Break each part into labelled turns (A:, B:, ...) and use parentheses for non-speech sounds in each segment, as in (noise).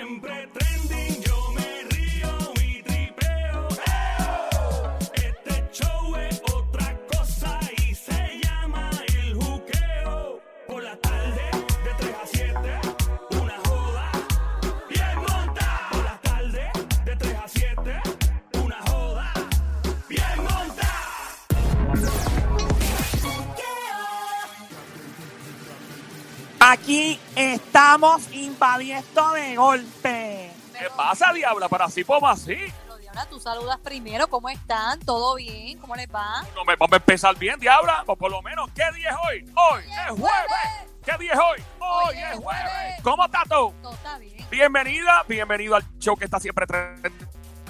A: ¡eh! Este
B: Aquí estamos invadiendo de golpe.
C: ¿Qué pasa, diabla? Para así, como así.
D: Pero Diabla, tú saludas primero. ¿Cómo están? ¿Todo bien? ¿Cómo les va?
C: No me vamos a empezar bien, diabla. Pues por lo menos, ¿qué día es hoy? Hoy es jueves. ¿Qué día es hoy? Hoy es jueves. ¿Cómo estás tú?
D: Todo está bien.
C: Bienvenida, bienvenido al show que está siempre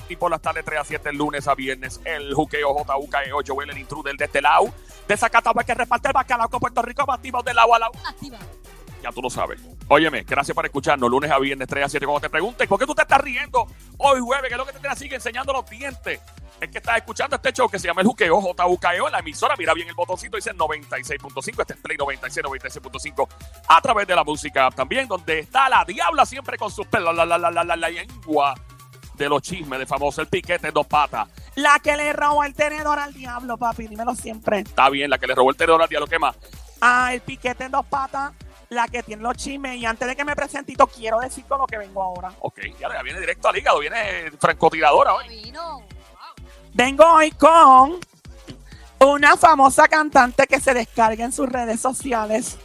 C: y por las tardes 3 a 7, lunes a viernes, el juqueo JUKE8, Joel, E el intruder de este lado, de Zacatau, que reparte el bacalao con Puerto Rico, batimos del lado a lado.
D: Activa.
C: Ya tú lo sabes. Óyeme, gracias por escucharnos, lunes a viernes, 3 a 7, cuando te pregunten, ¿por qué tú te estás riendo hoy jueves? Que es lo que te tiene así, que enseñando los dientes. Es que estás escuchando este show que se llama El Juqueo, JUKEO, E en la emisora, mira bien el botoncito, dice 96.5, este es Play 96, 96.5, a través de la música app también, donde está la diabla siempre con sus pelos, la, la, la, la, la, la lengua de los chismes de famoso, el piquete en dos patas.
B: La que le robó el tenedor al diablo, papi, dímelo siempre.
C: Está bien, la que le robó el tenedor al diablo, ¿qué más?
B: Ah, el piquete en dos patas, la que tiene los chismes. Y antes de que me presentito, quiero decir con lo que vengo ahora.
C: Ok, ya, ya viene directo al hígado, viene francotiradora hoy.
D: Vino.
B: Vengo hoy con una famosa cantante que se descarga en sus redes sociales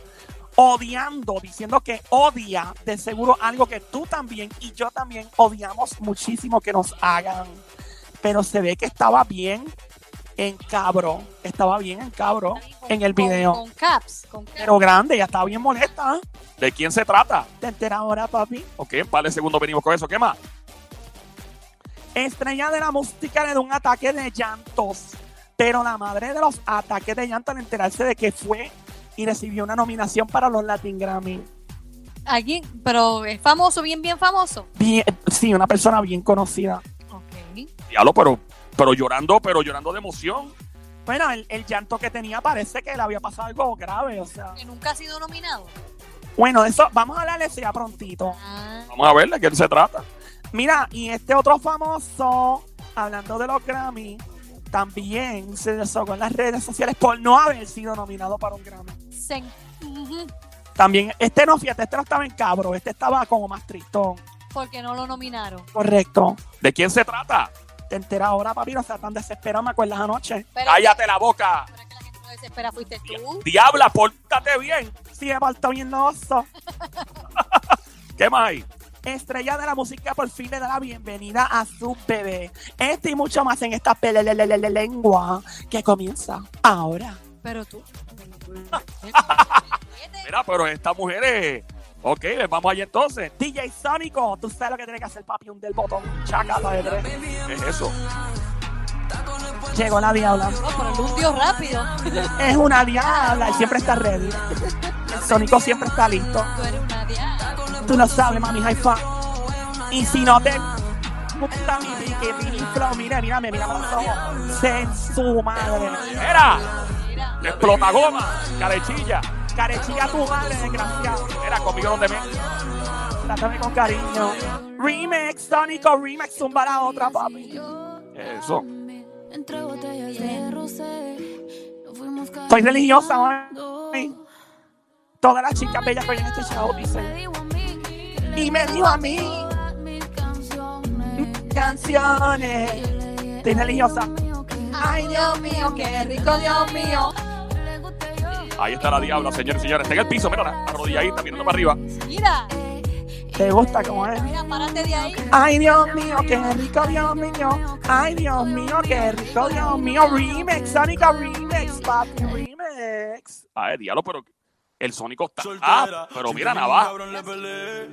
B: odiando, diciendo que odia de seguro algo que tú también y yo también odiamos muchísimo que nos hagan. Pero se ve que estaba bien en cabro, estaba bien en cabro en el
D: Con-
B: video.
D: Con, caps. Con caps.
B: Pero grande, ya estaba bien molesta. ¿eh?
C: ¿De quién se trata?
B: Te enteras ahora, papi.
C: Ok, en par de segundos venimos con eso, ¿qué más?
B: Estrella de la música le da un ataque de llantos. Pero la madre de los ataques de llanto al enterarse de que fue y recibió una nominación para los Latin Grammy.
D: Alguien, pero es famoso, bien, bien famoso.
B: Bien- sí, una persona bien conocida.
D: Ok.
C: Diablo, pero, pero llorando, pero llorando de emoción.
B: Bueno, el, el llanto que tenía parece que le había pasado algo grave, o sea.
D: Que nunca ha sido nominado.
B: Bueno, eso, vamos a hablar de eso ya prontito.
D: Ah,
C: Vamos a ver de quién se trata.
B: Mira, y este otro famoso, hablando de los Grammy, también se desahogó en las redes sociales por no haber sido nominado para un Grammy.
D: se- Ujú.
B: También, este no, fíjate, este no estaba en cabro, este estaba como más tristón.
D: Porque no lo nominaron.
B: Correcto.
C: ¿De quién se trata?
B: Te enteras ahora, papi, no sea tan desesperado, me acuerdas anoche.
D: Pero
C: ¡Cállate la boca!
D: Pero es que la gente no desespera, fuiste tú.
C: Diabla, pórtate bien.
B: Sí, he faltado bien oso.
C: ¿Qué más hay?
B: Estrella de la música por fin le da la bienvenida a su bebé. Este y mucho más en esta pelelelelele lengua que comienza ahora.
D: Pero tú.
C: Mira, pero esta mujer es... Ok, vamos allá entonces.
B: DJ Sónico, tú sabes lo que tiene que hacer, papi, un del botón. Chácata de tres.
C: ¿Qué es eso?
B: Llegó la diabla.
D: No, pero el un tío rápido.
B: Es una diabla y siempre está ready. El Sónico siempre está listo.
D: Tú eres una diabla.
B: Tú lo sabes, mami, high five. Y si no te gusta mi piquetini flow, mira, mírame, mírame los ojos. Sé su madre.
C: Era,
D: Mira.
C: explota goma, carechilla.
B: Carechilla tu madre, desgraciado.
C: Era conmigo donde me...
B: Trátame con cariño. Remix, Sónico, remix, zumba la otra, papi.
C: Eso.
E: Entre botellas de rosé, nos fuimos
B: Soy religiosa,
E: cayendo.
B: mami. Todas las chicas bellas que oyen este show
E: Me
B: dicen.
E: digo a mí que le
B: Y me dijo a mí,
E: todas mis canciones.
B: canciones.
E: Yo le dije,
B: Estoy religiosa.
E: "Dios mío, que
B: Ay, Dios mío, qué rico, Dios mío.
E: le guste yo".
C: Ahí está la diabla, señores y señores. Está en el piso, mira, arrodilladita, mirando para arriba.
D: Mira.
B: ¿Te gusta cómo es?
D: Mira, párate de ahí.
B: Ay, Dios mío, qué rico, Dios mío. Ay, Dios mío, qué rico, Dios mío. Remix, Sónica Remix, papi, remix.
C: Ay, Ah, eh, diablo, pero el Sónico está.
F: Soltera.
C: Ah, pero
F: Si
C: mira,
F: tiene un
C: Navaja.
F: cabrón, le peleé.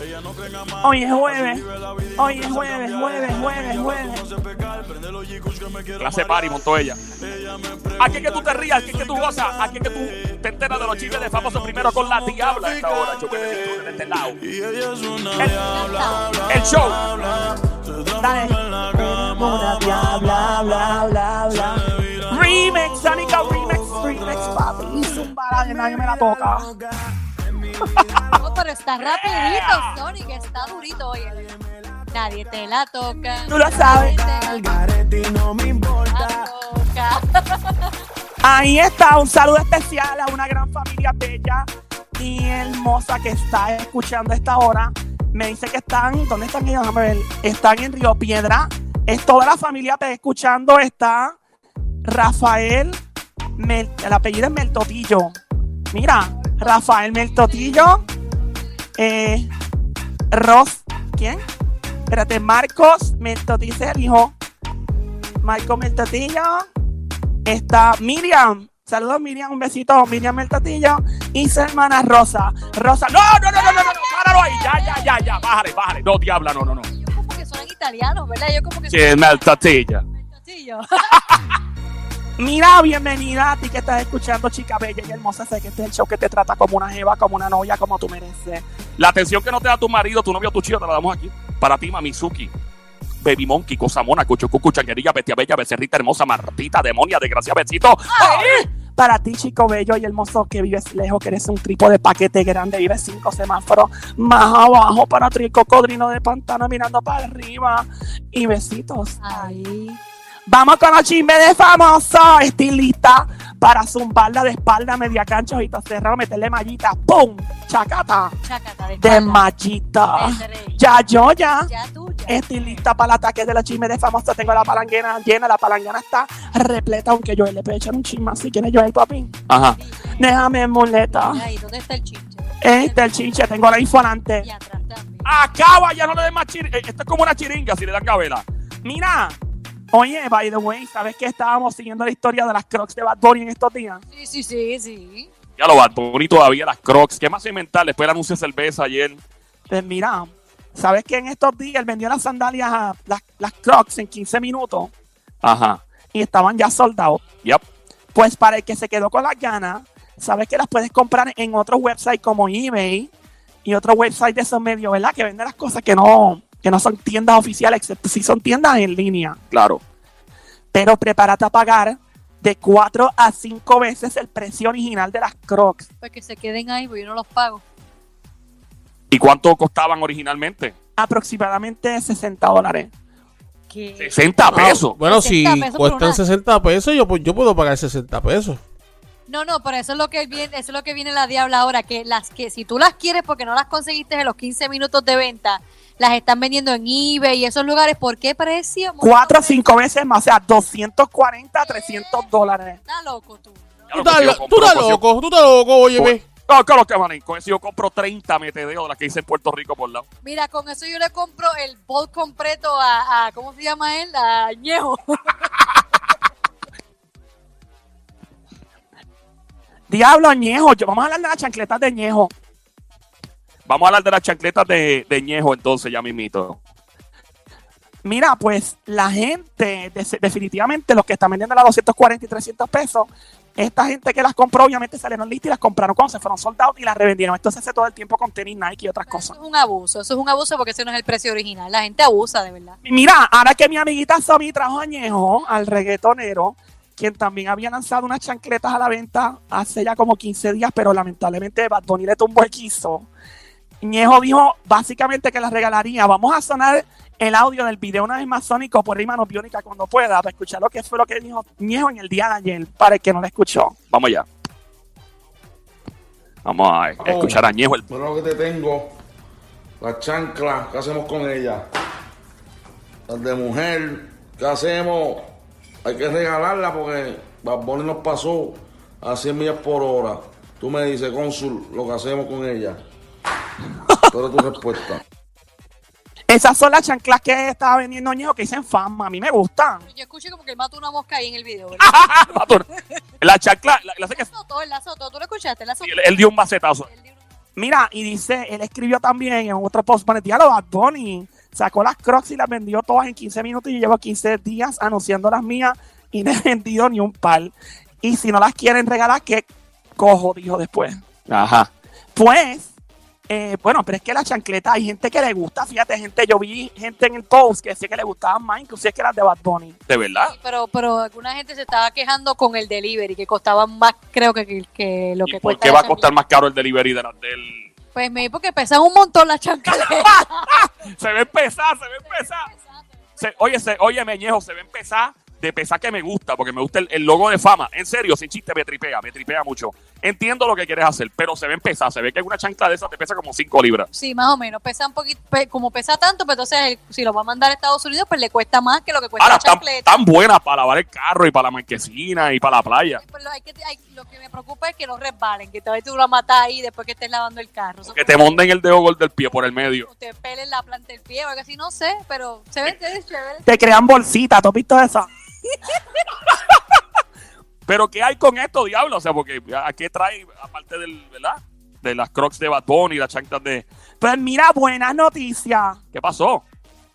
F: Ella no cree en amar.
B: Hoy es jueves.
F: Así vive la vida y
B: Hoy
F: no
B: es
F: piensa
B: jueves,
F: cambiar.
B: jueves,
F: Ella
B: jueves,
F: me llama,
B: jueves.
F: tú me haces pecar. Prende los yicos que me quiero
C: Clase
F: marear.
C: pari, montó ella.
F: Ella me pregunta
C: Aquí es que tú te rías, aquí es que tú gozas, aquí es que tú te enteras de los chistes de famosos primero con la diabla. a Esta hora, yo de este lado.
F: Y ella es una diabla.
C: El show.
F: habla. Se
B: Dale.
F: transforma en la cama.
B: Una diabla, bla, bla, bla. Remix, Sónica Remix, remix, papi. Zumbara, de nadie me la toca.
D: No, pero está rapidito, Sony, que está durito, oye. Nadie te la toca.
B: Tú lo sabes.
D: Nadie te la toca. (laughs)
B: Ahí está, un saludo especial a una gran familia bella y hermosa que está escuchando esta hora. Me dice que están, ¿dónde están ellos? Déjame ver. Están en Río Piedra. Es toda la familia pe- escuchando. Está Rafael, Mel- el apellido es Meltotillo. Mira, Rafael Meltotillo, eh, Ros, ¿quién? Espérate, Marcos Meltotillo ese es el hijo. Marcos Meltotillo, está Miriam. Saludos Miriam, un besito, Miriam Meltotillo y su hermana Rosa. Rosa, no, no, no, no, no, no, no, páralo ahí, ya, ya, ya, ya, bájale, bájale, no, diabla, no, no, no.
D: Ellos como que son italianos, ¿verdad? Yo como que.
C: Sí, Meltatilla.
D: Meltotillo.
B: Mira, bienvenida a ti que estás escuchando, chica bella y hermosa. Sé que este es el show que te trata como una jeva, como una novia, como tú mereces.
C: La atención que no te da tu marido, tu novio, tu chido, te la damos aquí. Para ti, Mamizuki. Baby Monkey, Cosa Mona, Cuchucucu, Changuerilla, Bestia Bella, Becerrita Hermosa, Martita, Demonia, Desgracia, Besito. ¡Ay!
B: Oh, Para ti, chico bello y hermoso, que vives lejos, que eres un tripo de paquete grande, vives cinco semáforos más abajo para ti, cocodrilo de pantano mirando para arriba. Y besitos.
D: Ahí.
B: Vamos con los chismes de famoso. Estilista para zumbarla de espalda, media cancha, ojitos cerrados, meterle mallita. ¡Pum! Chacata.
D: Chacata de.
B: De
D: espalda.
B: mallita.
D: De tres.
B: Ya, yo, ya.
D: Ya tú, ya.
B: Estoy lista para el ataque de los chismes de famosos. Tengo la palanguena llena, la palanguena está repleta, aunque yo le puedo echar un chisme así. ¿Quién es Joel, papi?
C: Ajá.
B: Déjame en muleta.
D: Ahí, ¿dónde está el chinche?
B: Este el chinche, Ah. tengo la info antes.
D: Y atrás también.
C: Acaba, ya no le den más chiringa. Esto es como una chiringa si le dan cabela.
B: Mira, oye, by the way, ¿sabes que estábamos siguiendo la historia de las crocs de Bad Bunny en estos días?
D: Sí, sí, sí, sí.
C: Ya lo va, bonito todavía las crocs. ¿Qué más inventar? Después el anuncio de cerveza ayer.
B: Pues mira, ¿sabes que en estos días él vendió las sandalias, a- las, las crocs en 15 minutos
C: Ajá.
B: y estaban ya soldados?
C: Yep.
B: Pues para el que se quedó con las ganas, sabes que las puedes comprar en otros websites como eBay y otros websites de esos medios, ¿verdad? Que venden las cosas que no, que no son tiendas oficiales, excepto si son tiendas en línea.
C: Claro.
B: Pero prepárate a pagar de 4 a 5 veces el precio original de las Crocs.
D: Pues que se queden ahí, porque yo no los pago.
C: ¿Y cuánto costaban originalmente?
B: Aproximadamente 60 dólares.
D: ¿Qué?
C: 60 pesos.
G: Ah, Bueno,
D: 60
G: si
D: pesos por
G: cuestan
D: una.
G: 60 pesos, yo, pu- yo puedo pagar 60 pesos.
D: No, no, pero eso es lo que viene, eso es lo que viene la diabla ahora, que las que si tú las quieres porque no las conseguiste en los 15 minutos de venta, las están vendiendo en eBay y esos lugares, ¿por qué precio?
B: 4 a 5 veces más, o sea, 240 a 300 dólares.
D: Está loco tú.
C: Ya
G: Tú
C: lo que
G: estás
C: si yo
G: lo- tú
C: compro,
G: estás
C: pues, yo-
G: loco, tú estás loco, oye, ve.
C: No, con lo que manín, con eso yo compro 30 metedeo de las que hice en Puerto Rico por lado.
D: Mira, con eso yo le compro el bol completo a, a- ¿cómo se llama él? A Ñejo.
B: Diablo, Ñejo. Yo, vamos a hablar de las chancletas de Ñejo.
C: Vamos a hablar de las chancletas de, de Ñejo entonces, ya mismito.
B: Mira, pues la gente, des- definitivamente los que están vendiendo las 240 y 300 pesos, esta gente que las compró obviamente salieron listas y las compraron cuando se fueron sold out y las revendieron. Esto se hace todo el tiempo con tenis Nike y otras
D: Eso
B: cosas.
D: es un abuso, eso es un abuso porque ese no es el precio original. La gente abusa, de verdad.
B: Mira, ahora que mi amiguita Somi trajo a Ñejo, al reggaetonero, quien también había lanzado unas chancletas a la venta hace ya como 15 días, pero lamentablemente Bad Bunny le tumbó el quiso. Ñejo dijo básicamente que las regalaría. Vamos a sonar el audio del video una vez más sónico por Rima No Biónica cuando pueda, para escuchar lo que fue lo que dijo Ñejo en el día de ayer, para el que no lo escuchó.
C: Vamos allá. Vamos a
G: Oh.
C: escuchar a Ñejo. El...
H: Mira lo que te tengo. La chancla, ¿qué hacemos con ella? Las de mujer, ¿qué hacemos? Hay que regalarla porque Bad Bunny nos pasó a 100 millas por hora. Tú me dices, cónsul, lo que hacemos con ella. Pero tu respuesta.
B: Esas son las chanclas que estaba vendiendo Ñejo, que dicen fama. A mí me gustan.
D: Yo escuché como que él mató una mosca ahí en el video, ¿verdad?
C: (laughs) la chancla, la, la sé que
D: Él azotó, él azotó. ¿Tú lo escuchaste? Él azotó.
C: él, él dio un macetazo.
D: Él dio un-
B: Mira, y dice, él escribió también en otro post, pone, diálogo Bad Bunny, sacó las Crocs y las vendió todas en 15 minutos y yo llevo 15 días anunciando las mías y no he (laughs) vendido ni un par. Y si no las quieren regalar, ¿qué cojo? Dijo después.
C: Ajá.
B: Pues, eh, bueno, pero es que la chancleta hay gente que le gusta, fíjate, gente, yo vi gente en el post que decía que le gustaban más, inclusive que las de Bad Bunny.
C: De verdad.
D: Pero, pero alguna gente se estaba quejando con el delivery, que costaba más, creo que, que- que lo
C: ¿Y
D: que
C: por
D: cuesta.
C: qué
D: la
C: va a costar
D: chancleta.
C: más caro el delivery de la, del.?
D: Pues me porque pesan un montón las chancletas.
C: (laughs) Se ve pesar, se ve pesar. Se- oye, se, oye, Ñejo, se ve pesar de pesar que me gusta, porque me gusta el, el logo de fama. En serio, sin chiste, me tripea, me tripea mucho.
A: Entiendo lo que quieres hacer, pero se ven pesadas. Se ve que una chancla de esas te pesa como 5 libras.
D: Sí, más o menos. Pesa un poquito, pe- como pesa tanto, pues entonces el- si lo va a mandar a Estados Unidos, pues le cuesta más que lo que cuesta
A: Ahora,
D: la
A: tan,
D: chancleta.
A: tan buenas para lavar el carro y para la marquesina y para la playa.
D: Pues lo, hay que, hay- lo que me preocupa es que no resbalen, que te vayas tú la matas ahí después que estés lavando el carro. Eso
A: Que te monden el dedo gordo del pie por el medio.
D: o te pelen la planta del pie o algo así, no sé, pero se ve se ve chévere.
B: Te crean bolsitas, ¿tú has visto eso?
A: Pero ¿qué hay con esto, diablo? O sea, porque ¿a qué trae, aparte del, ¿verdad? De las crocs de batón y las chanclas de...
B: Pues mira, buenas noticias.
A: ¿Qué pasó?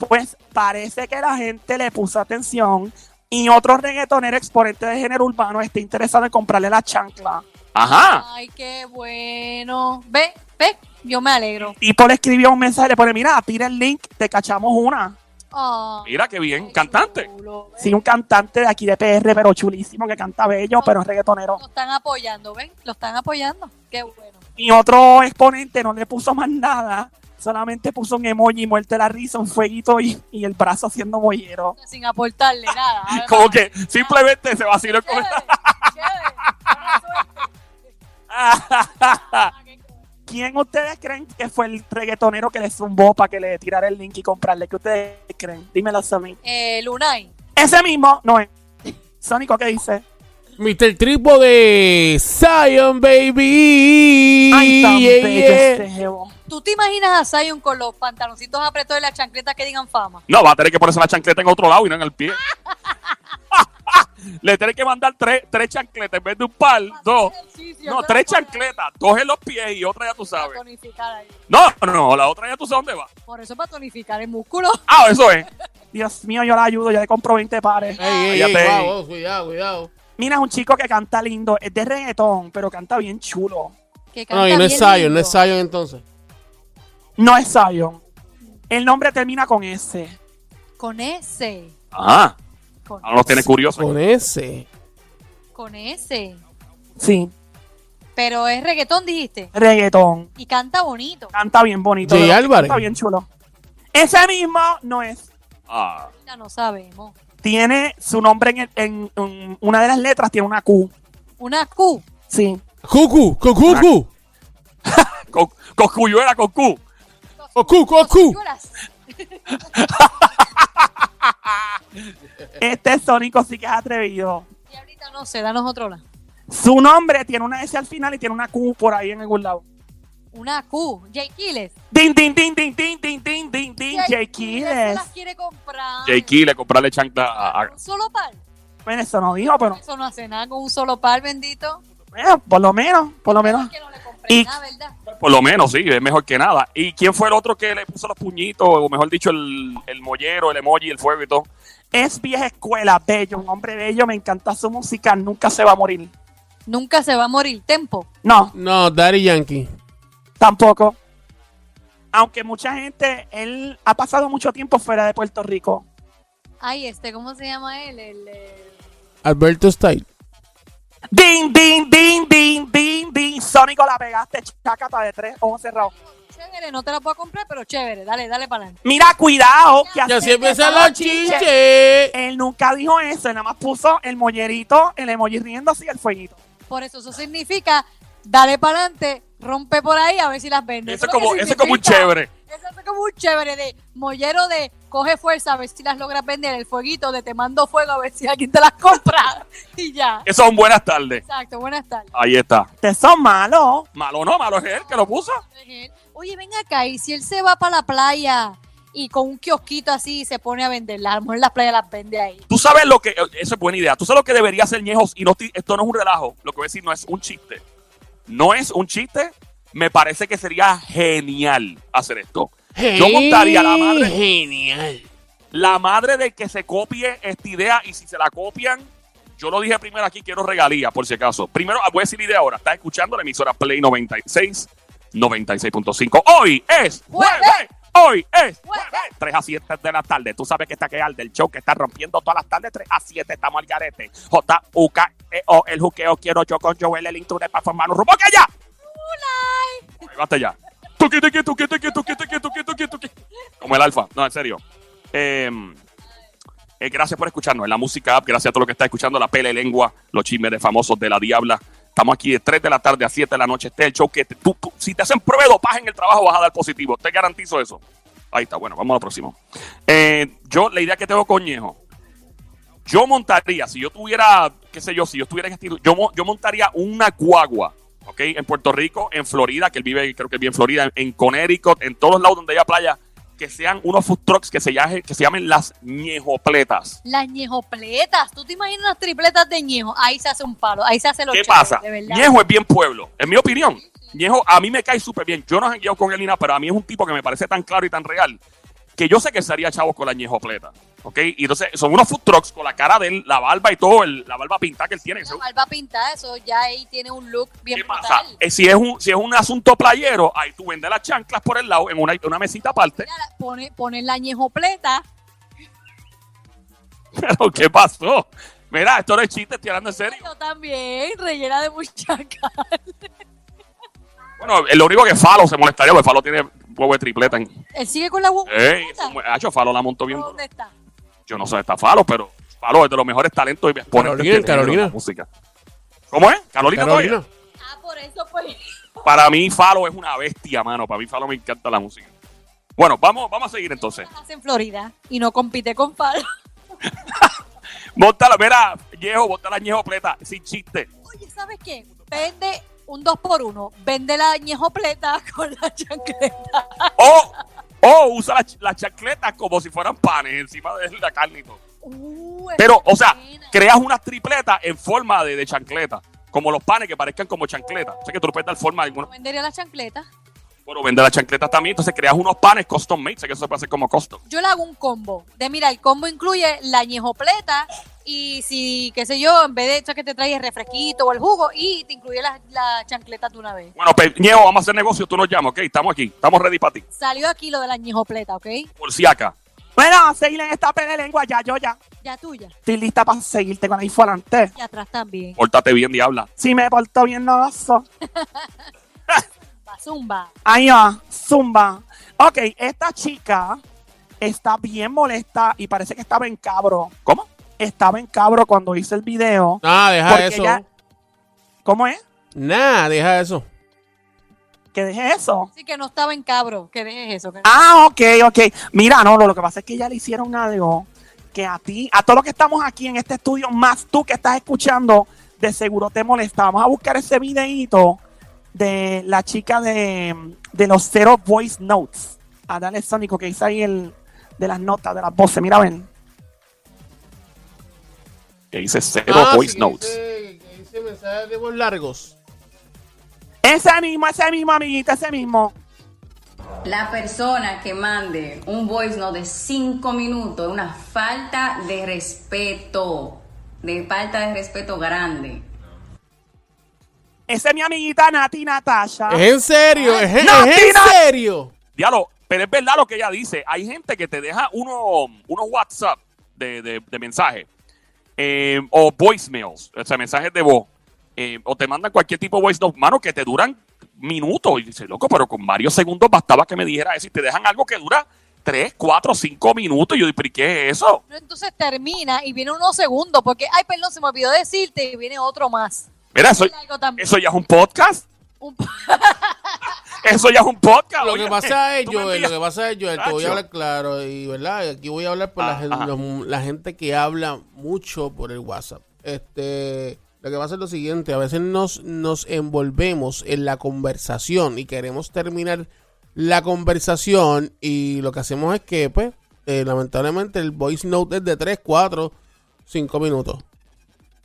B: Pues parece que la gente le puso atención y otro reggaetonero exponente de género urbano está interesado en comprarle la chancla.
A: Ajá.
D: Ay, qué bueno. Ve, ve, yo me alegro.
B: Y por escribió un mensaje, le pone, mira, tira el link, te cachamos una.
D: Ah,
A: Mira qué bien.
D: qué
A: Cantante.
D: chulo, ve.
B: Sí, un cantante de aquí de PR, pero chulísimo, que canta bello, pero es reggaetonero.
D: Lo están apoyando, ven, lo están apoyando. Qué bueno.
B: Y otro exponente no le puso más nada, solamente puso un emoji, muerte la risa, un fueguito y, y el brazo haciendo mollero. (laughs)
D: Sin aportarle nada.
A: (laughs) Como que simplemente se vaciló con...
D: Chévere,
A: (laughs)
D: chévere. Buena suerte. Ah, qué cool.
B: ¿Quién ustedes creen que fue el reggaetonero que le zumbó para que le tirara el link y comprarle? ¿Qué ustedes creen? Dímelo a mí.
D: Eh, Lunay.
B: Ese mismo no es. Sónico, ¿qué dice?
G: Mr. Tripo de Zion Baby.
B: Ay, tan
G: Yeah,
B: bello
G: yeah.
B: este jevo.
D: ¿Tú te imaginas a Zion con los pantaloncitos apretados y las chancletas que digan fama?
A: No, va a tener que ponerse la chancleta en otro lado y no en el pie. Le tiene que mandar tres, tres chancletas en vez de un par, dos. No, tres chancletas, dos en los pies y otra ya tú
D: Para
A: sabes.
D: tonificar ahí.
A: No, no, la otra ya tú sabes dónde va.
D: Por eso para tonificar el músculo. (laughs)
A: Ah, eso es.
B: Dios mío, yo la ayudo, yo le compro 20 pares.
G: Ey, ey, ey,
A: Cállate.
G: cuidado, cuidado, cuidado.
B: Mira, es un chico que canta lindo, es de reggaetón, pero canta bien chulo.
D: Que canta
G: No, y no es
D: bien
G: Zion,
D: lindo.
G: no es Zion entonces.
B: No es Zion. El nombre termina con S.
D: Con ese.
A: Ajá.
D: Con,
A: Ah, Ahora los tienes curiosos.
G: Con ese.
D: con ese.
B: Sí,
D: Pero es reggaetón, dijiste.
B: reggaetón.
D: Y canta bonito.
B: Canta bien bonito.
G: Jay
B: de verdad,
G: Álvarez.
B: Canta bien chulo. Ese mismo no es.
A: Ah,
D: Ya no sabemos.
B: Tiene su nombre en, el- en- en una de las letras, tiene una Q.
D: Una Q.
B: Sí.
G: Cucu, cucu, cucu.
A: con, con cuyuela, con cu.
G: Cucu, cucu.
D: Señoras,
B: Este Sónico sí que es atrevido.
D: Y ahorita no sé, danos otro lado.
B: Su nombre tiene una S al final y tiene una Q por ahí en algún lado.
D: Una Q. Jay Quiles.
B: Ding, ding, ding, ding, ding, ding, ding, ding, ding, Jay
D: se
B: Quiles.
D: las quiere comprar.
A: J. Key, comprarle chancla a, a-
D: Un solo par.
B: Bueno, eso no dijo, pero
D: Eso no hace nada con un solo par, bendito.
B: eh, por lo menos, por lo menos.
D: Que no le compré
B: Y-
D: nada, ¿verdad?
A: Por lo menos, sí, es mejor que nada. ¿Y quién fue el otro que le puso los puñitos? O mejor dicho, el, el mollero, el emoji, el fuego y todo.
B: Es vieja escuela, bello, un hombre bello, me encanta su música, nunca se va a morir.
D: Nunca se va a morir. Tempo.
B: No,
G: No, Daddy Yankee.
B: Tampoco. Aunque mucha gente, él ha pasado mucho tiempo fuera de Puerto Rico.
D: Ay, este, ¿cómo se llama él? El, eh,
G: Alberto Style.
B: Ding, ding, ding, ding, ding, ding. Sónico la pegaste, chacata de tres, ojos cerrados.
D: Chévere, no te la puedo comprar, pero chévere. Dale, dale para adelante.
B: Mira, cuidado. Que
G: Ya
B: así
G: siempre empiezan
B: empiezan
G: los chinches.
B: Él nunca dijo eso, él nada más puso el mollerito, el emoji riendo así, el fueguito.
D: Por eso, eso significa, dale para adelante, rompe por ahí a ver si las vende.
A: Eso es
D: lo que
A: como, eso es como un
D: significa.
A: chévere.
D: Eso es como un chévere de mollero de coge fuerza a ver si las logras vender. El fueguito de te mando fuego a ver si alguien te las compra. (laughs) y ya.
A: Eso es un buenas tardes.
D: Exacto, buenas tardes.
A: Ahí está.
B: Ustedes son malos.
A: Malo no, malo es él que lo puso.
D: Oye, ven acá, y si él se va para la playa y con un kiosquito así se pone a venderla, a lo mejor las playas las vende ahí.
A: Tú sabes lo que. eh, Eso es buena idea. Tú sabes lo que debería hacer Ñejos. Y no, estoy- esto no es un relajo. Lo que voy a decir no es un chiste. No es un chiste. Me parece que sería genial hacer esto. Yo montaría la madre.
G: Genial.
A: La madre del que se copie esta idea y si se la copian, yo lo dije primero aquí, quiero regalía, por si acaso. Primero, ah, voy a decir la idea ahora. Está escuchando la emisora Play 96, 96.5. Hoy es
D: ¡Jueves!
A: jueves. Hoy es
D: ¡Jueves!
A: jueves. 3 a 7 de la tarde. Tú sabes que está que arde el show que está rompiendo todas las tardes. 3 a 7 estamos al garete. J, U, K, E, O, el juqueo. Quiero yo con Joel, el intruder para formar un rumbo que ya. Ahí basta ya. Tuqui, tuqui, tuqui, tuqui, tuqui, tuqui, tuqui, tuqui, tuqui. Como el alfa. No, en serio. Em, eh, gracias por escucharnos en la música app. Gracias a todo lo que está escuchando, la pele lengua, los chismes de famosos de la diabla. Estamos aquí de 3 de la tarde a 7 de la noche. Este es el show que te- tú, tú- si te hacen prueba de dopaje en el trabajo vas a dar positivo. Te garantizo eso. Ahí está, bueno, vamos al próximo. Eh, yo, la idea que tengo coñejo, yo montaría, si yo tuviera, qué sé yo, si yo estuviera en este- yo, mo- yo montaría una guagua, ¿ok? En Puerto Rico, en Florida, que él vive, creo que vive en Florida, en Connecticut, en todos los lados donde haya playa, que sean unos food trucks que se, llame- que se llamen las ñejopletas.
D: Las ñejopletas. ¿Tú te imaginas las tripletas de ñejo? Ahí se hace un palo. Ahí se hace lo
A: ¿Qué
D: chévere,
A: pasa?
D: de verdad.
A: Ñejo es bien pueblo, en mi opinión. Ñejo, a mí me cae súper bien. Yo no he guiado con él ni nada, pero a mí es un tipo que me parece tan claro y tan real que yo sé que sería chavo con la Ñejo pleta. ¿Ok? Y entonces son unos food trucks con la cara de él, la barba y todo, el- la barba pintada que él tiene.
D: La barba pintada, eso ya ahí tiene un look bien
A: ¿Qué
D: brutal.
A: pasa? Eh, si, es un, si es un asunto playero, ahí tú vendes las chanclas por el lado en una, una mesita aparte. (laughs)
D: Mira, la- pone, pone la ñejopleta.
A: Pero, ¿qué pasó? Mira, esto no es chiste, estoy hablando en serio.
D: Yo también, rellena de (laughs) muchacha.
A: Bueno, eh, lo único que Falo se molestaría, porque Falo tiene huevo de tripleta. En, eh,
D: Él sigue con la
A: ¡Ey!
D: ñejopleta.
A: Hacho, Falo la montó bien. duro.
D: ¿Dónde está?
A: yo no sé dónde está Falo, pero Falo es de los mejores talentos y exponentes
G: Carolina,
A: que tiene
G: Carolina.
A: la música. ¿Cómo es? Carolina,
G: Carolina.
A: todavía?
D: Ah, por eso pues.
A: Para mí Falo es una bestia, mano. Para mí Falo me encanta la música. Bueno, vamos, vamos a seguir entonces.
D: Las hace en Florida y no compite con Palo.
A: Bótala, mira, Ñejo, bótala Ñejo Pleta, sin chiste.
D: (laughs) Oye, ¿sabes qué? Vende un 2 por 1 Vende la ñejopleta (laughs) con la chancleta.
A: O, o usa las las chacletas como si fueran panes encima de la carne y todo.
D: Uh,
A: Pero,
D: esa
A: o sea,
D: buena.
A: creas unas tripletas en forma de, de chancleta. Como los panes que parezcan como chancletas. O sea que tú le puedes dar forma de alguna.
D: No vendería la chancleta.
A: Bueno, vende las chancletas también. Entonces creas unos panes custom made. O sea que eso se puede hacer como custom.
D: Yo le hago un combo. De mira, el combo incluye la ñejopleta y si, qué sé yo, en vez de esto que te trae el refresquito o el jugo y te incluye la, la chancleta de una vez.
A: Bueno, pues, Ñejo, vamos a hacer negocio, tú nos llamas, ¿ok? Estamos aquí, estamos ready para ti.
D: Salió aquí lo de la ñejopleta, ¿ok?
A: Por si acá.
B: Bueno, a seguir en esta pelea de lengua, ya yo ya.
D: Ya tuya.
B: Estoy lista para seguirte con ahí adelante.
D: Y atrás también.
A: Pórtate bien, diabla.
B: Si me porto bien, no lo so.
D: Va, zumba.
B: Ahí va, zumba. Ok, esta chica está bien molesta y parece que estaba en cabro.
A: ¿Cómo?
B: Estaba en cabro cuando hice el video.
G: Nah, Ah, deja
B: Porque
G: eso.
B: ya- ¿Cómo es?
G: Nah, deja eso.
B: ¿Que deje eso?
D: Así que no estaba en cabro. Que dejes eso. que no-
B: Ah, ok, ok. Mira, no, no, lo que pasa es que ya le hicieron algo que a ti, a todos los que estamos aquí en este estudio, más tú que estás escuchando, de seguro te molesta. Vamos a buscar ese videíto de la chica de, de los Zero Voice Notes. A darle Sónico que dice ahí el de las notas, de las voces. Mira, ven.
A: Que dice cero
G: Ah,
A: voice notes.
G: Dice mensajes de voz largos.
B: Ese mismo, ese mismo, amiguita, ese mismo.
I: La persona que mande un voice note de 5 minutos es una falta de respeto. De falta de respeto grande.
B: Ese es mi amiguita Nati Natasha.
G: Es en serio, es, en-
B: No,
G: es en
B: tira.
G: serio.
A: Diablo, pero es verdad lo que ella dice. Hay gente que te deja uno- unos WhatsApp de, de, de mensaje eh, o voicemails, o sea, mensajes de voz. eh, o te mandan cualquier tipo de voice note, mano, que te duran minutos. Y dices, loco, pero con varios segundos bastaba que me dijera eso. Y te dejan algo que dura 3, 4, 5 minutos. Y yo digo, "¿Pero ¿y qué es eso?
D: Pero entonces termina y viene unos segundos porque, ay, perdón, se me olvidó decirte y viene otro más.
A: Mira, eso,
D: Largo también.
A: eso ya es un podcast. (laughs)
D: Un-
A: Eso ya es un podcast.
G: Lo
A: oye.
G: que pasa es,
A: Tú me
G: Joel, lo
A: envías-
G: que pasa es, Joel, te voy
A: Chacho.
G: a hablar claro y, ¿verdad? Aquí voy a hablar por la,
A: Ah,
G: gen-
A: ajá.
G: los- la gente que habla mucho por el WhatsApp. Este, lo que pasa es lo siguiente, a veces nos, nos envolvemos en la conversación y queremos terminar la conversación y lo que hacemos es que, pues, eh, lamentablemente el voice note es de 3, 4, 5 minutos.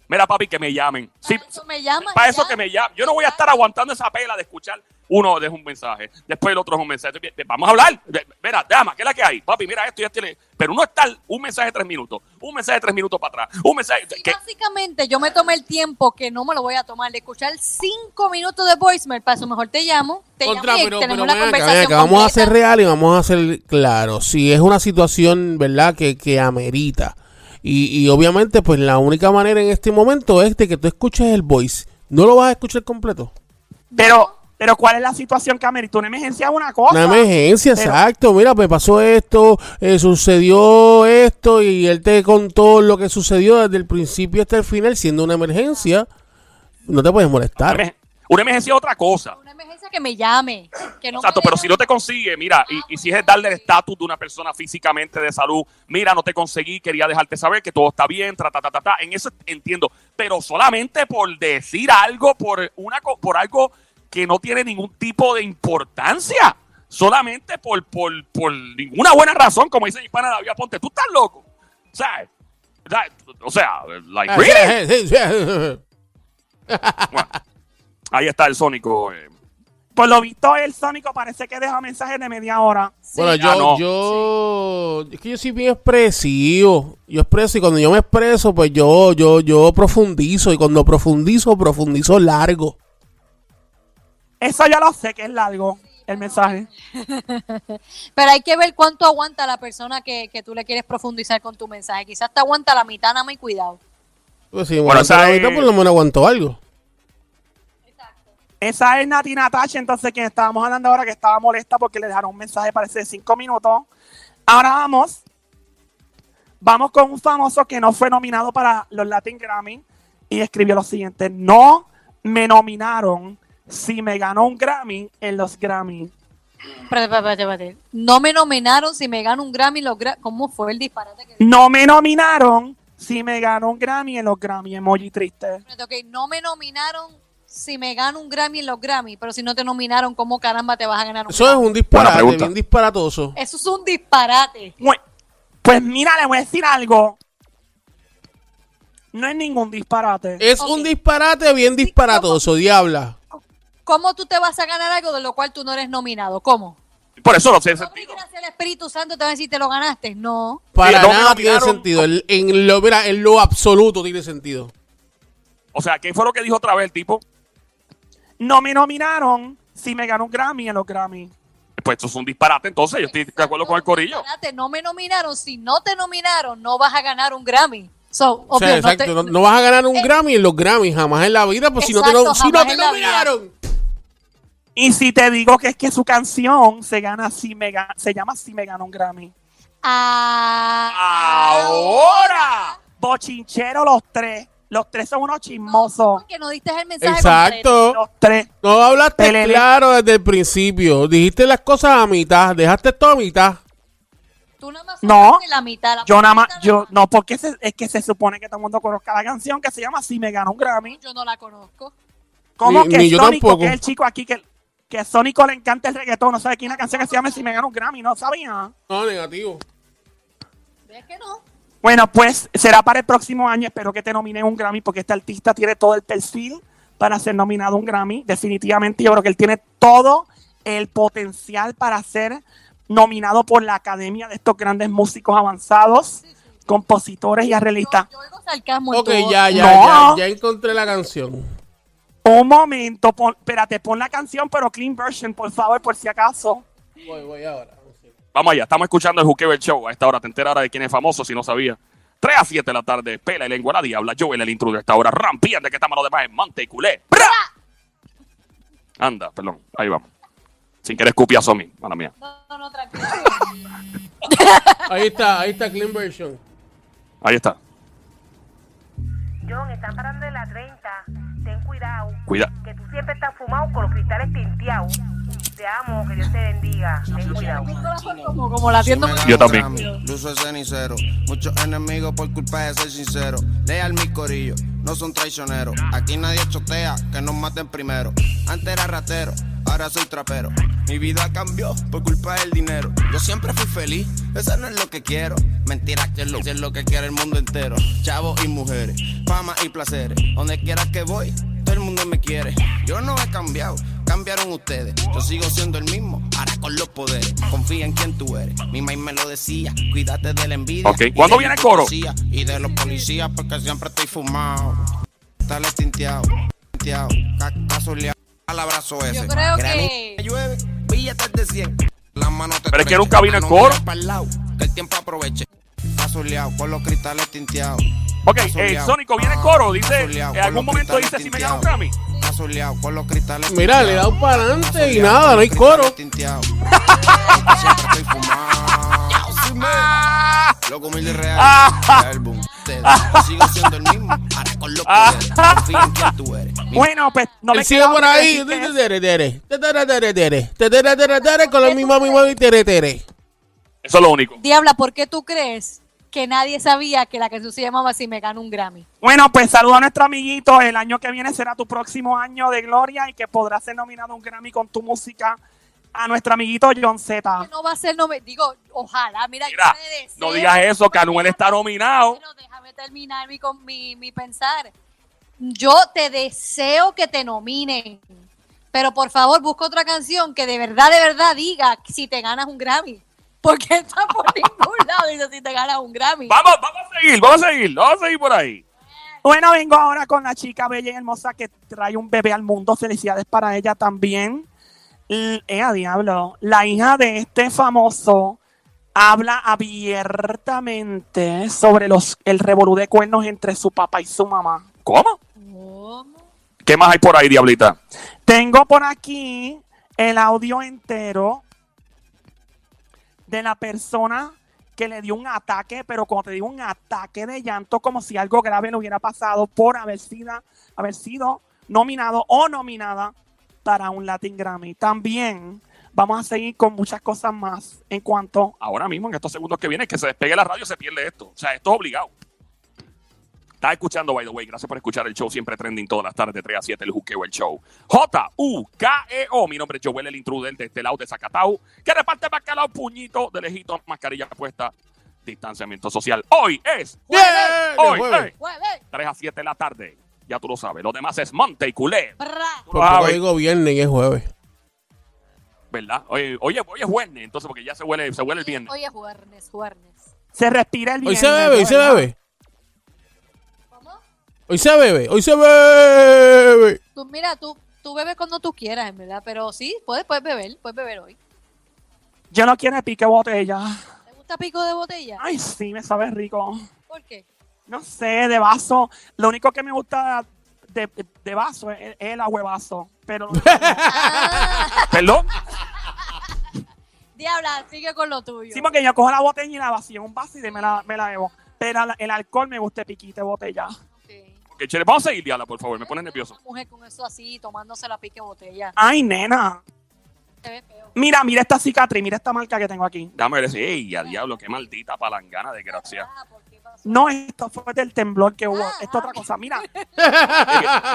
A: Mira, papi, que me llamen. Sí,
D: Para (laughs) Ah, eso me llamas
A: para
D: y
A: eso
D: ya.
A: que me llamen. Yo no voy a estar aguantando esa pela de escuchar. Uno deja un mensaje, después el otro es un mensaje. Bien, Vamos a hablar. Ve- Mira, dama, ¿qué es la que hay? Papi, mira esto y esto. y le- Pero no estar un mensaje de tres minutos, un mensaje de tres minutos para atrás, un mensaje.
D: Y
A: que-
D: básicamente yo me tomé el tiempo que no me lo voy a tomar de escuchar cinco minutos de voicemail. Para eso mejor te llamo. Te
G: Contra,
D: llamo y
G: pero,
D: tenemos
G: pero
D: la
G: ven acá, ven
D: conversación.
G: acá, vamos a
D: completa.
G: ser real y vamos a ser claros. Si es una situación, ¿verdad?, que, que amerita. Y, y obviamente, pues la única manera en este momento es de que tú escuches el voice. No lo vas a escuchar completo.
B: Pero, pero ¿cuál es la situación, Camerito? Una emergencia es una cosa.
G: Una emergencia,
B: pero-
G: exacto. Mira, pues pasó esto, eh, sucedió esto, y él te contó lo que sucedió desde el principio hasta el final, siendo una emergencia. no te puedes molestar.
A: Una emergen- Una emergencia es otra cosa.
D: Una emergencia que me llame. Que no
A: Exacto,
D: me
A: pero
D: deje-
A: si no te consigue, mira, y, y si es darle el estatus de una persona físicamente de salud, mira, no te conseguí, quería dejarte saber que todo está bien, tra, ta, ta, ta, ta, en eso entiendo, pero solamente por decir algo, por, una, co- por algo que no tiene ningún tipo de importancia, solamente por, por, por ninguna buena razón, como dice Hispana David Ponte, tú estás loco, ¿sabes? ¿Sabes? O sea, like, really?
G: (laughs)
A: Bueno, ahí está el sónico. eh.
B: Por lo visto, el Sónico parece que deja mensajes de media hora.
G: Bueno,
A: ya
G: yo,
A: Ah, no.
G: yo, es que yo soy bien expresivo. Yo expreso y cuando yo me expreso, pues yo, yo, yo profundizo y cuando profundizo, profundizo largo.
B: Eso ya lo sé que es largo, el mensaje.
D: Pero hay que ver cuánto aguanta la persona que, que tú le quieres profundizar con tu mensaje. Quizás te aguanta la mitad, nada más y cuidado.
G: Pues sí, bueno,
A: esa
G: ahorita
A: es-
G: por lo menos aguantó algo.
B: Esa es Nati Natasha, entonces, quien estábamos hablando ahora, que estaba molesta porque le dejaron un mensaje, parece, de cinco minutos. Ahora vamos. Vamos con un famoso que no fue nominado para los Latin Grammy y escribió lo siguiente. No me nominaron si me ganó un Grammy en los Grammy.
D: Espérate, espérate, espérate. No me nominaron si me gano un Grammy. Los gra- ¿Cómo fue el disparate que
B: No me nominaron si me ganó un Grammy en los Grammy. Emoji triste.
D: Espérate, ok, no me nominaron si me gano un Grammy en los Grammy, pero si no te nominaron, ¿cómo caramba te vas a ganar un
G: Eso es
D: Grammy?
G: un disparate,
A: pregunta.
G: bien disparatoso.
D: Eso es un disparate.
B: Bueno, Pues mira, le voy a decir algo. No es ningún disparate.
G: Es
D: Ok.
G: un disparate bien disparatoso, diabla.
D: ¿Cómo tú te vas a ganar algo de lo cual tú no eres nominado? ¿Cómo?
A: Por eso no sé
D: No,
A: sentido.
D: gracias al Espíritu Santo te van a decir te lo ganaste. No.
G: Para
A: Sí, no me
G: nada tiene
A: nominaron.
G: sentido. En, en lo, mira, en lo absoluto tiene sentido.
A: O sea, ¿qué fue lo que dijo otra vez el tipo?
B: No me nominaron si me ganó un Grammy en los Grammy.
A: Pues esto es un disparate, entonces yo estoy de acuerdo con el corillo.
D: Disparate, No me nominaron. Si no te nominaron, no vas a ganar un Grammy. So,
G: O
D: obvio,
G: sea,
D: no
G: exacto,
D: te-
G: no, no vas a ganar un
D: Eh.
G: Grammy en los Grammys, jamás en la vida, pues si no te,
D: Exacto,
G: no- si no
D: jamás
G: te
D: en la vida.
G: nominaron.
B: Y si te digo que es que su canción se gana si me ga- se llama Si me ganó un Grammy.
D: Ah,
A: ¡Ahora!
B: Bochinchero los tres. Los tres son unos chismosos.
D: Porque no diste el mensaje completo.
G: Exacto.
B: Los tres.
G: No hablaste
B: Pelele.
G: claro desde el principio. Dijiste las cosas a mitad, dejaste todo a mitad.
D: Tú nada más
B: No.
D: sacaste la mitad. la
B: Yo nada más,
D: mitad de la
B: yo,
D: mano.
B: no, porque se- es que se supone que todo el mundo conozca la canción que se llama Si me ganó un Grammy.
D: Yo no la conozco.
B: ¿Cómo
G: Ni-
B: que
G: ni yo
B: Sónico,
G: tampoco.
B: que es el chico aquí que, que Sónico le encanta el reggaetón, no sabe quién es la canción que se llama Si me ganó un Grammy, no sabía.
G: No, negativo.
D: ¿Ves que no?
B: Bueno, pues será para el próximo año, espero que te nominen un Grammy porque este artista tiene todo el perfil para ser nominado a un Grammy. Definitivamente yo creo que él tiene todo el potencial para ser nominado por la academia de estos grandes músicos avanzados, compositores y
D: Yo,
B: arreglistas.
D: yo oigo sarcasmo. en
G: Ok,
D: tu voz.
G: ya, ya,
B: No.
G: ya, ya encontré la canción.
B: Un momento, pon- espérate, pon la canción, pero clean version, por favor, por si acaso.
G: Voy, voy ahora.
A: Vamos allá, estamos escuchando el Juqueo del Show. A esta hora te enteras ahora de quién es famoso si no sabía. 3 a 7 de la tarde, pela y lengua la diabla. Joel el intruder a esta hora. Rampiante que estamos los demás en mante y culé. ¡Bra! Anda, perdón, ahí vamos. Sin querer escupí a Somi, mala mía.
D: No, no, no, tranquilo.
G: Ahí está, ahí está Clean Version.
A: Ahí está.
J: John, están parando en la 30. Ten cuidado.
A: Cuida.
J: Que tú siempre estás fumado con los cristales tinteados. Te amo, que Dios te bendiga. Ten cuidado.
D: como, como la tienda.
A: Yo también.
K: Luzo es cenicero. Muchos enemigos por culpa de ser sincero. Leal mi corillo, no son traicioneros. Aquí nadie chotea, que nos maten primero. Antes era ratero, ahora soy trapero. Mi vida cambió por culpa del dinero. Yo siempre fui feliz, eso no es lo que quiero. Mentira, que es lo, que es lo que quiere el mundo entero. Chavos y mujeres, fama y placeres. Donde quiera que voy, todo el mundo me quiere. Yo no he cambiado, cambiaron ustedes. Yo sigo siendo el mismo, ahora con los poderes. Confía en quien tú eres. Mi maíz me lo decía, cuídate de la envidia.
A: Ok,
K: y
A: ¿cuándo
K: de
A: viene el
K: la
A: coro?
K: hipocresía Y de los policías, porque siempre estoy fumado. Tal tinteado, tinteado, ca- casoleado. Al abrazo ese.
D: Yo creo
K: Granito
D: que-
K: llueve, billetes de 100. Las manos te
A: Pero es que
K: estrechan,
A: nunca vino el
K: manos
A: coro.
K: miran pa'l lado, que el tiempo aproveche. Casoleado, con los cristales tinteados.
A: Ok, el
K: Casoleado.
A: Sónico viene el coro.
K: Ah,
A: Dice,
K: casoleado,
A: en algún
K: con los
A: momento dice
K: cristales
A: si me gana un
K: tinteados.
A: Grammy.
K: Casoleado, con los cristales
G: Mira, le he
K: tinteados.
G: dado para adelante y
K: Casoleado,
G: nada,
K: con
G: no hay
K: los cristales
G: coro.
K: tinteados. Siempre estoy fumado. Sí, me- Loco humilde y real.
A: Ah.
G: (laughs)
K: Real boom. Te- Sigo siendo el mismo. Ahora con los poderes. Confía en quien tú eres.
B: Bueno, pues no
G: Él
B: me
G: sigue
B: queda
G: por
B: otra que
G: ahí.
B: decir que
G: Tere,
B: es-
G: tere, tere. Tere, tere, tere. Tere, tere, tere, Con la misma, misma, y tere, tere.
A: Eso es lo único.
D: Diabla, ¿por qué tú crees que nadie sabía que la canción se llamaba Si me gano un Grammy?
B: Bueno, pues saludo a nuestro amiguito. El año que viene será tu próximo año de gloria y que podrás ser nominado a un Grammy con tu música. A nuestro amiguito John Z.
D: No va a ser, no me digo, ojalá, mira,
A: Ah. Mira,
D: yo le deseo-
A: No digas eso, que Anuel está nominado.
D: Bueno, déjame terminar mi, con mi, mi pensar. Yo te deseo que te nominen, pero por favor busca otra canción que de verdad, de verdad diga si te ganas un Grammy. Porque está
A: (laughs)
D: por ningún lado dice si te ganas un Grammy.
A: Vamos, vamos a seguir, vamos a seguir, vamos a seguir por ahí.
B: Bueno, vengo ahora con la chica bella y hermosa que trae un bebé al mundo. Felicidades para ella también. L- Eh, a diablo. La hija de este famoso habla abiertamente sobre los, el revolú de cuernos entre su papá y su mamá.
A: ¿Cómo? ¿Qué más hay por ahí, diablita?
B: Tengo por aquí el audio entero de la persona que le dio un ataque, pero cuando te digo un ataque de llanto, como si algo grave le hubiera pasado por haber sido, haber sido nominado o nominada para un Latin Grammy. También vamos a seguir con muchas cosas más en cuanto
A: Ahora mismo, en estos segundos que vienen, que se despegue la radio, se pierde esto. O sea, esto es obligado. Estás escuchando, by the way. Gracias por escuchar el show. Siempre trending todas las tardes de 3 a 7, el juqueo, el show. J-U-K-E-O. E Mi nombre es Joel, el intruder de este lado de Zacatau. Que reparte bacalao, puñito de lejito, mascarilla puesta, distanciamiento social. Hoy es
G: Bien,
A: Hoy,
G: jueves.
A: eh.
D: Jueves,
A: 3 a 7 de la tarde. Ya tú lo sabes. Lo demás es monte y culé.
D: bra.
A: Tú lo
G: Por poco
A: sabes,
G: digo viernes y es jueves.
A: ¿verdad? Oye, oye, hoy es jueves, entonces, porque ya se huele, se huele el viernes.
D: Hoy es jueves, jueves.
B: se respira el
G: Hoy
B: viernes.
G: se bebe, hoy se
B: ¿verdad?
G: bebe.
D: ¿Cómo?
G: Hoy se bebe, hoy se bebe.
D: Tú, mira, tú, tú bebes cuando tú quieras, en verdad, pero sí, puedes, puedes beber, puedes beber hoy.
B: Yo no quiero el pique botella.
D: ¿Te gusta pico de botella?
B: Ay, sí, me sabe rico.
D: ¿Por qué?
B: No sé, de vaso. Lo único que me gusta de, de vaso es, es el agüevaso. Pero
A: ¿Perdón?
D: Diabla, sigue con lo tuyo.
B: sí, porque yo cojo la botella y la vacío en un vaso y de- me la, me la bebo. Pero la- el alcohol me gusta piquita de botella.
D: Ok.
A: Ok, chévere. Vamos a seguir, Diala, por favor. Me pones nervioso.
D: Una mujer con eso así, tomándose la pique botella.
B: Ay, nena.
D: Se ve feo.
B: Mira, mira esta cicatriz, mira esta marca que tengo aquí.
A: Dame decir, ¡ey, a diablo! ¡Qué maldita palangana, desgracia!
D: Ah, ¿por qué pasó?
B: No, esto fue del temblor que hubo.
D: Ah,
B: Esto es otra
D: ah.
B: cosa. Mira,
A: (laughs) ¿Qué,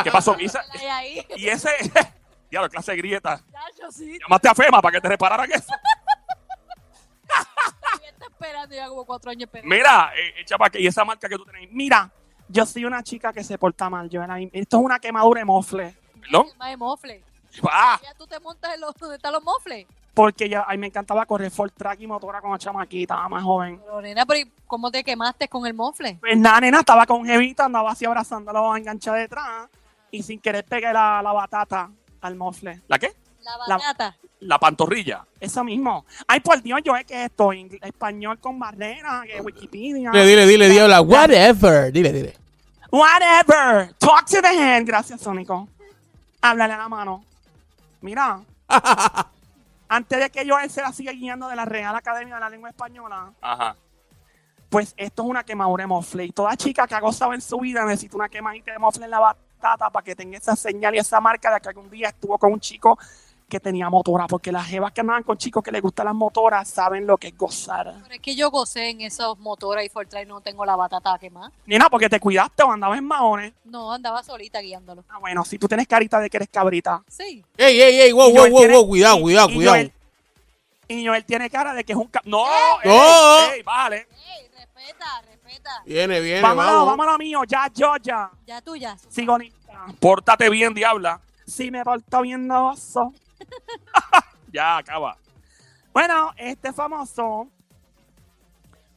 A: qué pasó, Misa?
D: Ay, ahí.
A: Y ese. (laughs) Diablo, clase de grieta.
D: Ya, yo sí,
A: Llamaste a FEMA para que te repararan eso.
D: yo está esperando ya como cuatro años esperando.
A: Mira, eh, eh, chapa, que- y esa marca que tú tenés.
B: mira. Yo soy una chica que se porta mal, yo Esto es una quemadura de mofle.
A: ¿Perdón?
D: Más de mofle.
A: ¡Ah!
D: Ya tú te montas en los, donde están los mofles.
B: Porque ya, ay, me encantaba correr full track y motora con la chamaquita más joven.
D: Pero, nena, pero ¿y ¿cómo te quemaste con el mofle?
B: Pues nada, nena, estaba con Jevita, andaba así abrazándolo enganchada detrás y sin querer pegué la, la batata al mofle.
A: ¿La qué?
D: La batata.
A: La pantorrilla.
B: Eso mismo. Ay, por Dios, yo es que esto, ingl- español con barrera, que Wikipedia.
G: Dile, dile, dile, diabla. Whatever. Dile, dile.
B: Whatever. Talk to the hand. Gracias, Sónico. Háblale a la mano.
G: (laughs)
B: Mira. Antes de que yo él se la siga guiando de la Real Academia de la Lengua Española,
A: Ajá.
B: pues esto es una quemadura de mofle. Y toda chica que ha gozado en su vida necesita una quemadita de mofle en la batata para que tenga esa señal y esa marca de que algún día estuvo con un chico que tenía motora. Porque las jevas que andaban con chicos que les gustan las motoras saben lo que es gozar.
D: Pero es que yo gocé en esos motores y Fortran no tengo la batata quemada.
B: Nena, porque te cuidaste o andabas en maones.
D: No, andaba solita guiándolo.
B: Ah, bueno, si tú tienes carita de que eres cabrita.
D: Sí.
G: Ey, ey, ey. Wow,
B: Y
G: wow,
B: Joel
G: wow,
B: tiene-
G: wow. Cuidado,
B: y-
G: cuidado,
B: y
G: cuidado.
B: Joel- Y Joel tiene cara de que es un... ca-
A: ¡No! ¡Ey,
G: No.
A: ey, vale!
D: Ey, respeta, respeta.
G: Viene, viene.
B: Vámonos,
G: vamos.
B: vámonos, mío. Ya, yo, ya.
D: Ya tú ya.
B: Sigonita.
A: Pórtate bien, diabla.
B: Si me porto bien, no gozo.
A: Ya acaba.
B: Bueno, este famoso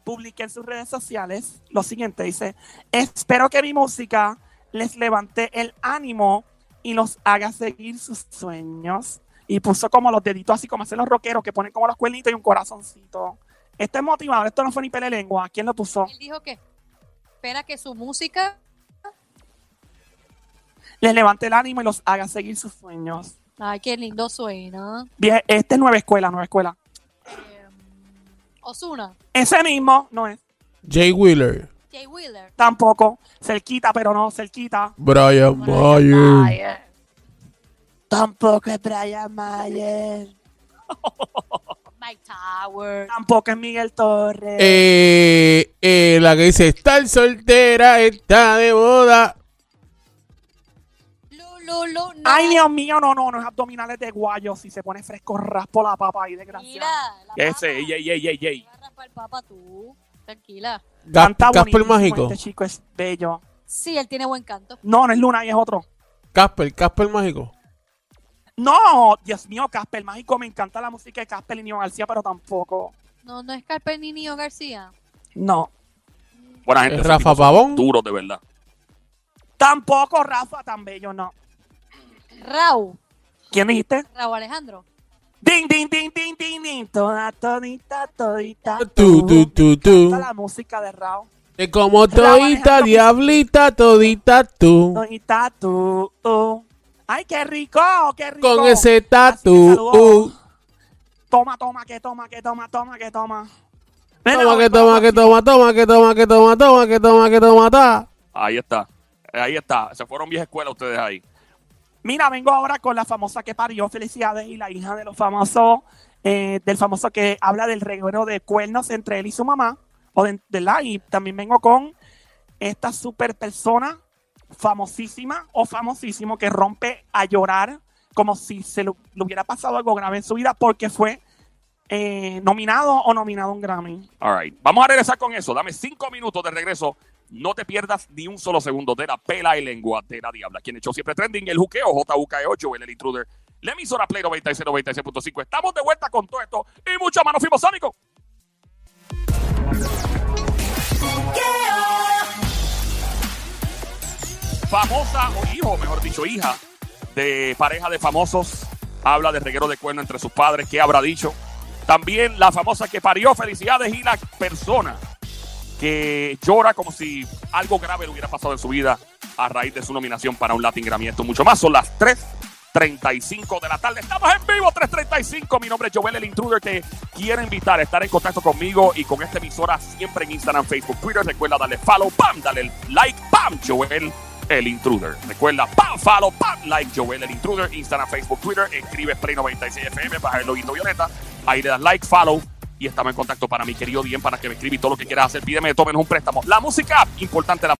B: publica en sus redes sociales lo siguiente, dice, espero que mi música les levante el ánimo y los haga seguir sus sueños. Y puso como los deditos así como hacen los rockeros, que ponen como los cuernitos y un corazoncito. Esto es motivador, esto no fue ni pele lengua. ¿Quién lo puso?
D: Él dijo que espera que su música.
B: Les levante el ánimo y los haga seguir sus sueños.
D: Ay, qué lindo suena.
B: Bien, Este es Nueva Escuela, Nueva Escuela.
D: Osuna.
B: Ese mismo no es.
G: Jay Wheeler.
D: Jay Wheeler.
B: Tampoco. Cerquita, pero no, cerquita.
G: Brian Mayer.
B: Tampoco es Brian Mayer.
D: Mike Tower.
B: Tampoco es Miguel Torres.
G: Eh, eh, la que dice, estar soltera está de boda.
D: Lulu, no.
B: Ay, Dios mío, no, no, no es abdominales de guayo. Si se pone fresco, raspo la papa ahí,
D: Mira,
B: desgraciado.
D: la
A: Ese,
D: papa.
A: ey, ey, ey, ey, ey.
D: Te va a raspar papa tú. Tranquila.
G: Ga-
B: Canta
G: Casper
B: buenísimo,
G: Mágico.
B: Este chico es bello.
D: Sí, él tiene buen canto.
B: No, no es Luna y es otro.
G: Casper, Casper Mágico.
B: No, Dios mío, Casper Mágico. Me encanta la música de Casper y Nino García, pero tampoco.
D: No, no es Carpe ni Nio García.
B: No.
A: Buena
C: Ah,
A: gente.
G: Es
A: esos
G: Rafa
A: tipos son
G: Pavón.
A: Duros, de verdad.
B: Tampoco Rafa, tan bello, no.
D: Raúl.
B: ¿Quién dijiste?
D: Raúl Alejandro.
B: Ding, ding, ding, ding, ding, ding. Toda, todita, todita.
G: Tú, tú, tú, tú.
B: Canta la música de Raúl.
G: Te como
B: Raúl
G: todita,
B: Alejandro.
G: diablita, todita tú.
B: Todita, tú, tú. Ay, qué rico, qué rico.
G: Con ese
B: Así que
G: tatu.
B: saludo.
G: uh.
B: Toma, toma, que toma, que toma, toma, que toma. Mira,
G: Toma
B: voy
G: que
B: para
G: toma,
B: la
G: que toma, toma, que toma, que toma, toma, que toma, que toma, ta.
A: Ahí está. Ahí está. Se fueron vieja escuela ustedes ahí.
B: Mira, vengo ahora con la famosa que parió Felicidades y la hija de los famosos, eh, del famoso que habla del reguero de cuernos entre él y su mamá, o de, de la, y también vengo con esta super persona famosísima o famosísimo que rompe a llorar como si se le, le hubiera pasado algo grave en su vida porque fue eh, nominado o nominado a un Grammy.
A: All right. Vamos a regresar con eso. Dame cinco minutos de regreso. No te pierdas ni un solo segundo de la pela y lengua de la diabla. Quien echó siempre trending, el juqueo, JUK8, E el intruder, la emisora Play 96, 96.5. Estamos de vuelta con todo esto y mucho más. Nos fuimos, Sónico. famosa o hijo, mejor dicho, hija de pareja de famosos. Habla de reguero de cuerno entre sus padres. ¿Qué habrá dicho? También la famosa que parió felicidades y la persona que llora como si algo grave le hubiera pasado en su vida a raíz de su nominación para un Latin Grammy. Esto mucho más. Son las 3.35 de la tarde. Estamos en vivo, 3.35. Mi nombre es Joel, el intruder. Te quiero invitar a estar en contacto conmigo y con esta emisora siempre en Instagram, Facebook, Twitter. Recuerda darle follow, pam, dale el like, pam, Joel, el intruder. Recuerda, pam, follow, pam, like, Joel, el intruder. Instagram, Facebook, Twitter. Escribe Play 96FM, baja el loguito violeta. Ahí le das like, follow y estamos en contacto para mi querido bien para que me escribas y todo lo que quieras hacer. Pídeme de todo menos un préstamo. La música, importante la